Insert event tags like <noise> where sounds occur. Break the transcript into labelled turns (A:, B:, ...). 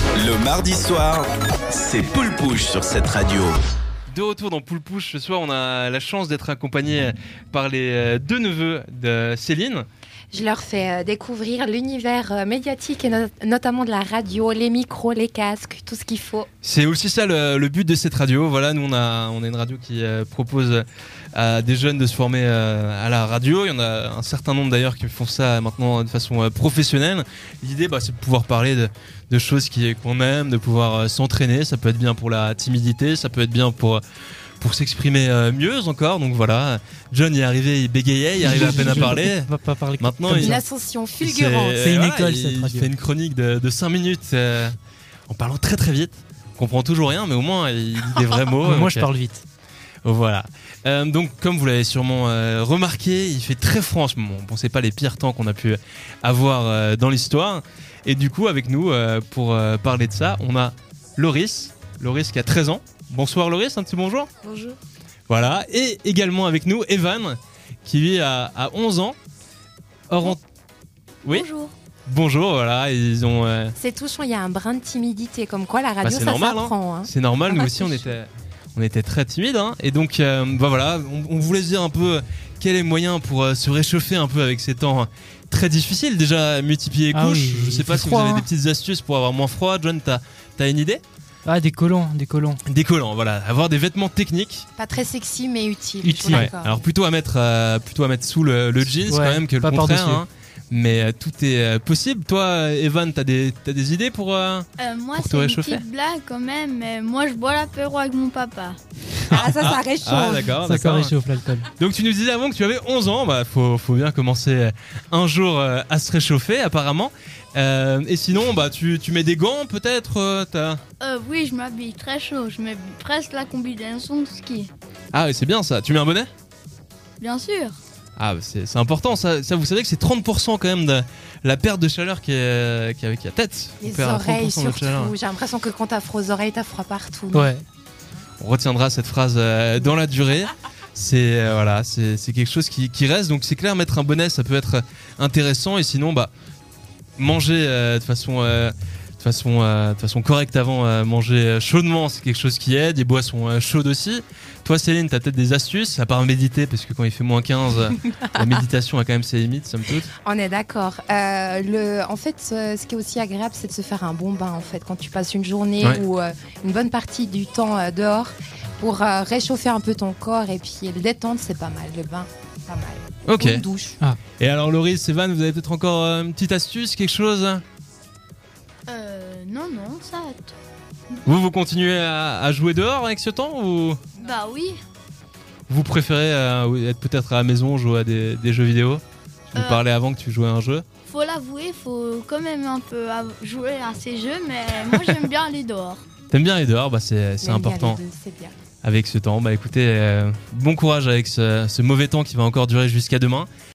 A: Le mardi soir, c'est Poule Pouche sur cette radio.
B: De retour dans Poule Pouche, ce soir on a la chance d'être accompagné par les euh, deux neveux de Céline.
C: Je leur fais euh, découvrir l'univers euh, médiatique et no- notamment de la radio, les micros, les casques, tout ce qu'il faut.
B: C'est aussi ça le, le but de cette radio. Voilà, nous on a on est une radio qui euh, propose à des jeunes de se former euh, à la radio. Il y en a un certain nombre d'ailleurs qui font ça maintenant de façon euh, professionnelle. L'idée, bah, c'est de pouvoir parler de, de choses qui- qu'on aime, de pouvoir euh, s'entraîner. Ça peut être bien pour la timidité, ça peut être bien pour pour s'exprimer euh, mieux encore. Donc voilà, John y est arrivé, il bégayait, il arrivait à
D: <laughs>
B: peine à parler.
D: On va pas parler.
B: Maintenant,
D: Comme
B: il,
C: Une
D: ça.
C: ascension fulgurante.
D: C'est une
B: voilà,
D: école,
B: il-
D: cette
B: Il
D: radio.
B: fait une chronique de, 5 minutes euh, en parlant très très vite. On comprend toujours rien, mais au moins il dit des
D: <laughs>
B: vrais mots.
D: Moi,
B: donc,
D: je parle vite.
B: euh, Voilà. Euh, donc, comme vous l'avez sûrement euh, remarqué, il fait très froid en ce moment. Bon, c'est pas les pires temps qu'on a pu avoir euh, dans l'histoire. Et du coup, avec nous, euh, pour euh, parler de ça, on a Loris. Loris qui a 13 ans. Bonsoir Loris, un petit bonjour.
C: Bonjour.
B: Voilà. Et également avec nous, Evan, qui lui a, a 11 ans. Or, en- Oui
C: Bonjour.
B: Bonjour, voilà, ils ont. euh,
C: C'est touchant, il y a un brin de timidité, comme quoi la radio
B: c'est
C: ça
B: normal, hein.
C: s'apprend. hein.
B: C'est normal, nous
C: Ah,
B: aussi
C: c'est
B: on
C: chaud.
B: était, on était très timides. hein. et donc, euh, bah voilà, on, on voulait se dire un peu euh, quel est le moyen pour euh, se réchauffer un peu avec ces temps euh, très difficiles. Déjà, multiplier les couches.
D: Ah oui,
B: je sais
D: il
B: pas
D: fait
B: si
D: froid,
B: vous avez
D: hein.
B: des petites astuces pour avoir moins froid. John, t'as as une idée
D: Ah, des collants, des collants.
B: Des collants, voilà. Avoir des vêtements techniques.
C: Pas très sexy, mais utile. je suis
D: Utile.
C: d'accord.
B: Alors plutôt à mettre, euh, plutôt à mettre sous le, le jeans
D: Ouais,
B: quand même que le
D: pas
B: contraire.
D: par-dessus.
B: hein. Mais euh, tout est euh, possible. Toi, euh, Evan, t'as des, t'as des idées pour euh,
E: Euh, moi,
B: Pour te
E: c'est une
B: réchauffer.
E: petite blague quand même, mais moi, je bois l'apéro avec mon papa.
C: Ah, ça, ça réchauffe.
B: Ah d'accord,
D: Ça
B: d'accord.
D: corrige chauffe l'alcool.
B: Donc tu nous disais avant que tu avais 11 ans, bah faut, faut bien commencer un jour euh, à se réchauffer apparemment. Euh, et sinon bah tu, tu mets des gants peut-être euh, t'as-
E: Euh, oui, je m'habille très chaud, je mets presque la combinaison de ski.
B: Ah ouais, c'est bien ça, tu mets un bonnet
E: Bien sûr.
B: Ah bah, c'est c'est important ça, ça vous savez que c'est 30% quand même de la perte de chaleur qui est, euh, qui est avec la tête. On
C: Les
B: perd 30%
C: oreilles
B: de
C: surtout.
B: chaleur.
C: J'ai l'impression que quand t'as froid aux oreilles, t'as froid partout.
D: Ouais.
B: On retiendra cette phrase euh, dans la durée. C'est euh, voilà, c'est c'est quelque chose qui, qui reste. Donc c'est clair, mettre un bonnet, ça peut être intéressant. Et sinon, bah manger euh, de façon euh, de façon euh, de façon correcte avant euh, manger euh, chaudement, c'est quelque chose qui aide. Des boissons euh, chaudes aussi. Toi, Céline, t'as peut-être des astuces à part méditer, parce que quand il fait moins 15, euh, la méditation a quand même ses limites, somme toute.
C: On est d'accord. Euh, le, en fait, ce, ce qui est aussi agréable, c'est de se faire un bon bain. En fait, quand tu passes une journée
B: Ouais.
C: ou euh, une bonne partie du temps euh, dehors pour euh, réchauffer un peu ton corps et puis le détendre, c'est pas mal. Le bain, pas mal.
B: Ok.
C: Ou une douche.
B: Et alors, Laurie, Sévan, vous avez peut-être encore euh, une petite astuce, quelque chose
E: Euh, non, non, ça. t-
B: Vous, vous continuez à, à jouer dehors avec ce temps ou
E: Bah oui.
B: Vous préférez euh, oui, être peut-être à la maison, jouer à des, des jeux vidéo Tu nous
E: Euh.
B: parlais avant que tu jouais à un jeu.
E: Faut l'avouer, faut quand même un peu av- jouer à ces jeux, mais moi, j'aime bien aller dehors.
B: T'aimes bien les dehors, bah c'est c'est
C: Mais il y a les
B: important
C: deux, C'est bien.
B: avec ce temps. Bah écoutez, euh, bon courage avec ce, ce mauvais temps qui va encore durer jusqu'à demain.